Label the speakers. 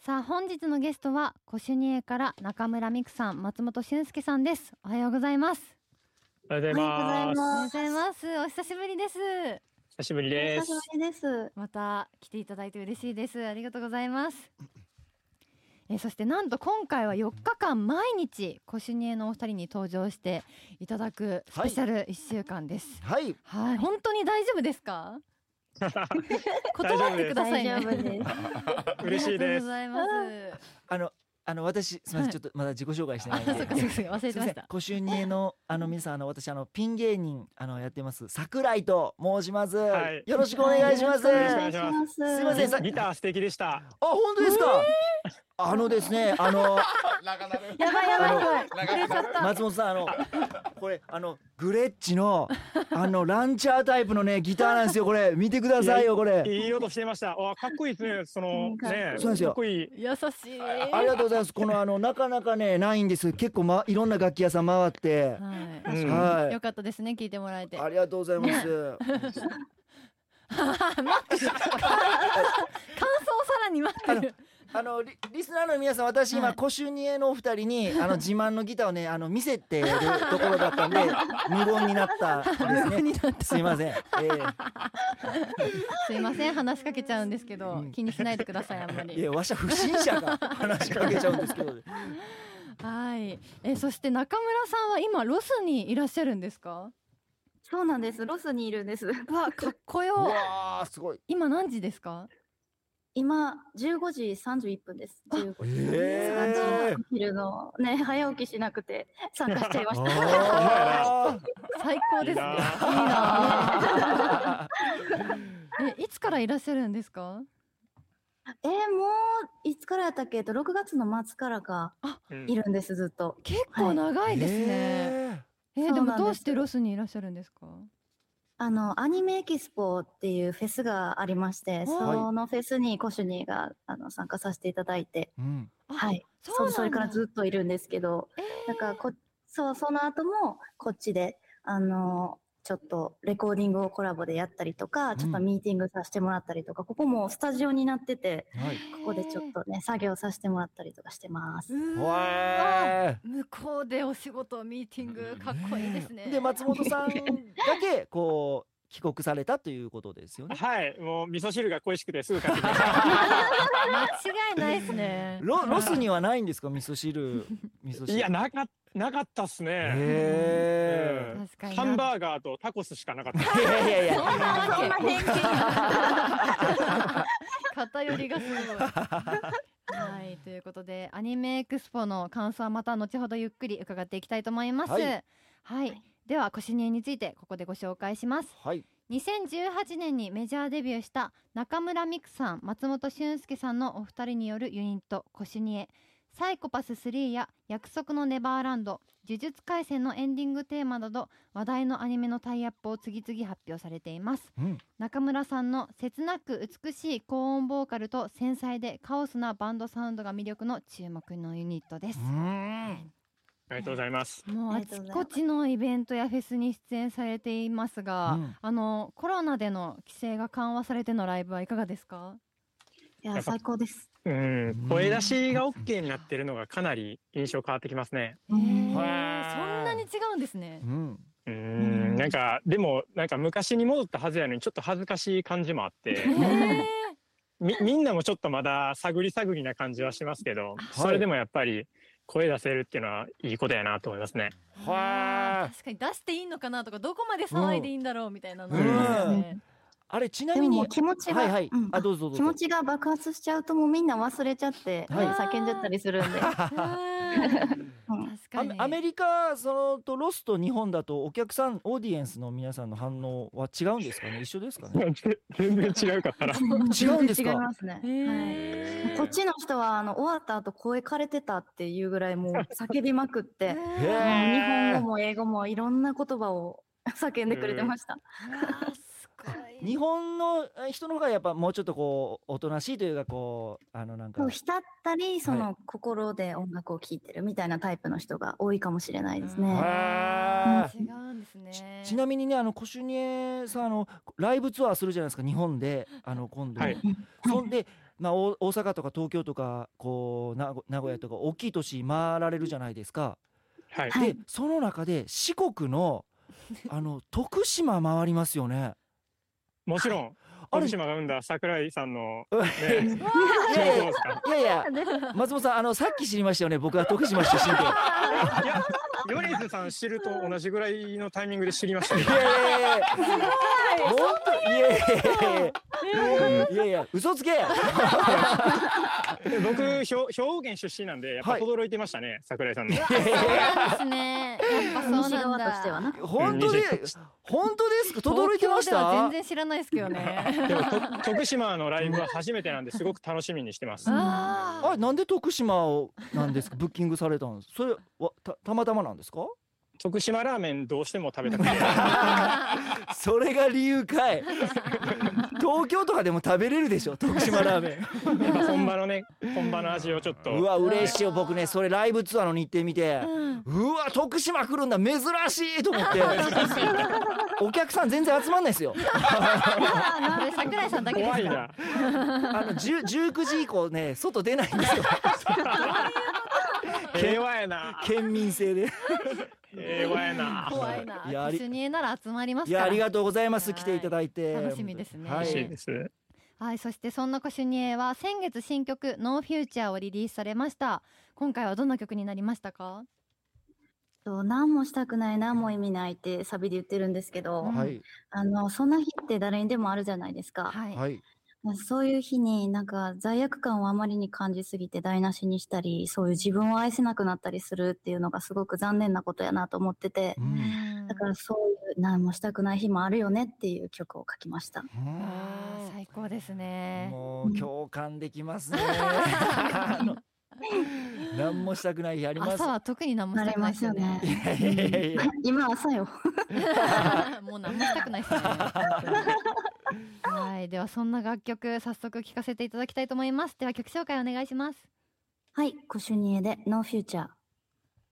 Speaker 1: さあ本日のゲストはコシュニエから中村美久さん松本俊介さんですおはようございます
Speaker 2: おはようございます。
Speaker 1: おはようございますお久しぶりです
Speaker 2: 久しぶりで
Speaker 3: 久
Speaker 2: す
Speaker 3: し。ぶりです。
Speaker 1: また来ていただいて嬉しいですありがとうございますえーそしてなんと今回は4日間毎日コシュニエのお二人に登場していただくスペシャル1週間です
Speaker 4: はい。
Speaker 1: はい、本当に大丈夫です か断ってください
Speaker 3: 大
Speaker 1: ね
Speaker 3: 丈夫です。
Speaker 2: 嬉しいで
Speaker 1: ありがとうご
Speaker 2: す。
Speaker 1: ざいます
Speaker 4: あの、あの、私、すみません、
Speaker 1: はい
Speaker 4: ちょっとまだ自己紹介して
Speaker 1: あ
Speaker 4: ないん
Speaker 1: そ
Speaker 4: で。
Speaker 1: うかそうか忘れ
Speaker 4: す
Speaker 1: て
Speaker 4: み
Speaker 1: ま
Speaker 4: ませ
Speaker 1: し
Speaker 4: ん
Speaker 1: た。
Speaker 4: ご主任の、あの、皆さん、あの、私、あの、ピン芸人、あの、やってます。桜井と申します。
Speaker 2: はい
Speaker 4: よろしくお願いします。
Speaker 3: よ
Speaker 2: ろしくお願
Speaker 3: ろ
Speaker 2: いし
Speaker 3: く
Speaker 2: ます
Speaker 3: す
Speaker 4: すいませんさ
Speaker 2: ギター素敵でした。
Speaker 4: あ、本当ですか。あのですね、あの、
Speaker 5: 長なる。
Speaker 3: やばいやばいやばい。
Speaker 5: 長なる。
Speaker 4: 松本さん、あの、これ、あの、グレッチの、あの、ランチャータイプのね、ギターなんですよ。これ、見てくださいよ、これ。
Speaker 2: いい音してました。わかっこいいですね。そのね、
Speaker 4: そうなんですよ
Speaker 2: かっこいい。
Speaker 1: 優しい。
Speaker 4: ありがとうございます。この、あの、なかなかね、ないんです。結構、ま、いろんな楽器屋さん回って。
Speaker 1: は。
Speaker 2: うん
Speaker 4: はい
Speaker 1: よ。かったですね、聞いてもらえて。
Speaker 4: ありがとうございます。
Speaker 1: 感想をさ らに待ってる。
Speaker 4: あのリリスナーの皆さん私今、
Speaker 1: はい
Speaker 4: コシュニエのお二人 にあの自慢のギターをねあの見せてるところだったんで 無言になったんですねすいません、え
Speaker 1: すいません、話しかけちゃうんですけど、気にしないでください、あんま
Speaker 4: ーい
Speaker 1: り。
Speaker 4: やわしゃ不審者が話しかけちゃうんですけ ど
Speaker 1: はい。え、そして中村さんは今ロスにいらっしゃるんですか。
Speaker 3: そうなんです。ロスにいるんです。
Speaker 1: わ、かっこ
Speaker 4: う
Speaker 1: よ。
Speaker 4: わーすごい
Speaker 1: 今何時ですか。
Speaker 3: 今15時31分です。15時
Speaker 4: えー
Speaker 3: お昼のね早起きしなくて参加しちゃいました。
Speaker 4: あ
Speaker 1: 最高ですね。いい
Speaker 2: いい
Speaker 1: なあ。え、いつからいらっしゃるんですか。
Speaker 3: えー、もういつからやったっけえっと6月の末からが
Speaker 2: うん
Speaker 3: いるんですずっと。
Speaker 1: 結構長
Speaker 4: ー
Speaker 1: いですね。え
Speaker 3: そ
Speaker 1: でも
Speaker 3: うなんです
Speaker 1: どうしてロスにいらっしゃるんですか。
Speaker 3: あのアニメエキスポっていうフェスがありまして、そのフェスにコシュニーがあの参加させていただいて、
Speaker 4: うん
Speaker 1: あ
Speaker 3: はい。
Speaker 1: そ
Speaker 3: そううそれから
Speaker 1: っ
Speaker 3: ずっといるんですけど、なんかこそうその後もこっちであのちょっとレコーディングをコラボでやったりとか、
Speaker 4: ん
Speaker 3: ちょっとミーティングさせてもらったりとかここもスタジオになってて
Speaker 4: はい
Speaker 3: ここでちょっとね作業させてもらったりとかしてます。
Speaker 1: わ
Speaker 4: わ
Speaker 1: 向こうでお仕事ミーティングかっこいいですね。
Speaker 4: ーで松本さんだけこう帰国されたということですよ ね
Speaker 2: はい、もう味噌汁が恋しくてすぐ買ってきました。
Speaker 1: 間違いないですね。
Speaker 4: ロロスにはないんですか味噌汁味噌汁
Speaker 2: い や、なかなかったっすね。
Speaker 4: へー
Speaker 2: うん
Speaker 1: 確かにな
Speaker 2: ハンバーガーとタコスしかなかっ
Speaker 4: いやいやい
Speaker 1: そん
Speaker 4: や。
Speaker 1: なわけ
Speaker 3: そんな偏
Speaker 1: 偏りがすごい。はいということでアニメエクスポの感想はまた後ほどゆっくり伺っていきたいと思います。は
Speaker 4: はいい、
Speaker 1: ではコシニエについてここでご紹介します。
Speaker 4: はい。
Speaker 1: 2018年にメジャーデビューした中村美久さん松本俊介さんのお二人によるユニット「コシニエ」「サイコパス3」や「約束のネバーランド」「呪術廻戦」のエンディングテーマなど話題のアニメのタイアップを次々発表されています
Speaker 4: うん。
Speaker 1: 中村さんの切なく美しい高音ボーカルと繊細でカオスなバンドサウンドが魅力の注目のユニットです
Speaker 4: うん。
Speaker 2: た。ありがとうございます。
Speaker 1: もう
Speaker 3: あ
Speaker 1: あ
Speaker 3: りが
Speaker 1: ち
Speaker 3: とうござい
Speaker 1: こ
Speaker 3: ます
Speaker 1: ちのイベントやフェスに出演されていますが、
Speaker 4: うん
Speaker 1: あのコロナでの規制が緩和されてのライブはいかがですか？
Speaker 3: いや最高です。
Speaker 2: うん、声出しが OK になってるのがかなり印象変わってきますね。
Speaker 1: へー
Speaker 4: はい
Speaker 1: そんなに違うんですね
Speaker 4: う。ん。
Speaker 2: うん、なんか、でも、なんか昔に戻ったはずやのに、ちょっと恥ずかしい感じもあって。
Speaker 1: へ
Speaker 2: みみんなもちょっとまだ探り探りな感じはしますけど、
Speaker 4: い
Speaker 2: それでもやっぱり声出せるっていうのはいいことやなと思います ね。
Speaker 1: ー
Speaker 4: はー
Speaker 1: 確かに出していいのかなとかどこまで騒いでいいんだろうみたいなのあ
Speaker 2: うん
Speaker 1: りますね。
Speaker 4: あれちな
Speaker 3: で
Speaker 4: み
Speaker 3: もも
Speaker 4: に
Speaker 3: う。気持ちが、
Speaker 4: はいはい
Speaker 3: うん。
Speaker 4: あどうぞどうぞ。
Speaker 3: 気持ちが爆発しちゃうともうみんな忘れちゃって、
Speaker 4: はい
Speaker 3: 叫んじゃったりするんで。
Speaker 1: うん
Speaker 3: うん
Speaker 1: 確かに。
Speaker 4: アアメリカそのとロスと日本だとお客さんオーディエンスの皆さんの反応は違うんですかね一緒ですかね。
Speaker 2: 全然違うか ったら。
Speaker 4: 違うんです か
Speaker 3: 違いますね。はい
Speaker 1: へー
Speaker 3: こっちの人はあの終わった後声枯れてたっていうぐらいもう叫びまくって、もう
Speaker 1: へ
Speaker 4: へ
Speaker 3: 日
Speaker 1: ー
Speaker 4: ー
Speaker 3: 本語も英語もいろんな言葉を 叫んでくれてました。
Speaker 1: うわーすごい
Speaker 4: 日本のえ人の方がやっぱもうちょっとこうおとなしいというかこうあのなんか
Speaker 3: もう。浸ったりそ
Speaker 4: は
Speaker 3: の心で音楽を聴いてるみたいなタイプの人が多いかもしれないですね。
Speaker 4: はい
Speaker 1: あー違うんですね。
Speaker 4: ちなみにねあのコシュニエさんあのライブツアーするじゃないですか日本であの今度、
Speaker 2: はい
Speaker 4: そんでまあ、大大阪とか東京とかこう名古名古屋とか大きい都市回られるじゃないですか。
Speaker 2: はい。
Speaker 3: はい
Speaker 4: でその中で四国のあの徳島回りますよね。
Speaker 2: もちろん、
Speaker 4: あれ
Speaker 2: 徳島が生んだ桜井さんの
Speaker 4: い
Speaker 2: ね、地
Speaker 4: やい
Speaker 2: 元 で
Speaker 4: や
Speaker 2: すか
Speaker 4: いやいや松本さんあのさっき知りましたよね僕は徳島出身で。
Speaker 2: いや、米津さん知ると同じぐらいのタイミングで知りました
Speaker 4: いやいやいやいや。本当いやいやいや
Speaker 2: ね。
Speaker 4: いやいや嘘つけ。
Speaker 2: で僕、兵兵庫県出身なんで、やっぱ
Speaker 4: はい
Speaker 2: 驚いてましたね、桜井さんの。
Speaker 1: そうですね。やっぱそう
Speaker 3: 西
Speaker 1: なん
Speaker 3: 側
Speaker 1: だ。
Speaker 3: としてはな。
Speaker 4: 本当で本当ですか。轟いてまし
Speaker 1: 東京では
Speaker 4: た
Speaker 1: 全。然知らないですけど ね。
Speaker 2: でもと徳島のライブは初めてなんですごく楽しみにしてます。
Speaker 1: あ
Speaker 4: あなんで徳島をなんですか ブッキングされたんですそれはたたまたまなんですか
Speaker 2: 徳島ラーメンどうしても食べたくて。
Speaker 4: それが理由か い東京とかでも食べれるでしょ徳島ラー
Speaker 2: や
Speaker 4: メ
Speaker 2: っぱ本場のね、本場の味をちょっ
Speaker 4: ンう
Speaker 2: と。
Speaker 4: わ嬉しいよ僕ねそれライブツアーの日程見て
Speaker 1: あ。うん
Speaker 4: うわ徳島来るんだ珍しいと思 ってお客さん全然集まんないですよ
Speaker 1: それ桜井さんだけです
Speaker 2: 怖い
Speaker 1: か。
Speaker 2: な。
Speaker 4: あの10 19時以降ね外出ないん ですよ
Speaker 2: 平和やな。
Speaker 4: 県民性で
Speaker 2: 平和やな。
Speaker 1: 怖いな。
Speaker 4: いやあり
Speaker 1: 一緒になら集まります
Speaker 4: い
Speaker 1: か
Speaker 4: や
Speaker 1: ら。
Speaker 4: ありがとうございます
Speaker 1: はい
Speaker 4: 来ていただいて
Speaker 1: 楽しみですね
Speaker 4: は
Speaker 2: 嬉しい
Speaker 4: い、
Speaker 2: です。
Speaker 1: はい、そしてそんなコシュニエは先月新曲「ノーフューチャーをリリースされました今回はどんな曲になりましたか
Speaker 3: そう何もしたくない何も意味ないってサビで言ってるんですけど、
Speaker 1: うん
Speaker 4: はい
Speaker 3: あのそんな日って誰にでもあるじゃないですか、
Speaker 1: はい、
Speaker 4: はい
Speaker 3: そういう日になんか罪悪感をあまりに感じすぎて台無しにしたりそういう自分を愛せなくなったりするっていうのがすごく残念なことやなと思ってて
Speaker 4: う、
Speaker 1: うんん
Speaker 3: だからそういう何もしたくない日もあるよねっていう曲を書き ました
Speaker 1: あー最高ですね
Speaker 4: もう共感できますねあの何もしたくない日あります
Speaker 1: 朝は特に何もしたくないですよね
Speaker 3: なりますよ
Speaker 4: いやいやいや
Speaker 3: 今朝よ
Speaker 1: もう何もしたくないですよね はいではそんな楽曲早速聴かせていただきたいと思いますでは曲紹介お願いします
Speaker 3: はいコシュニエで「ノーフューチャー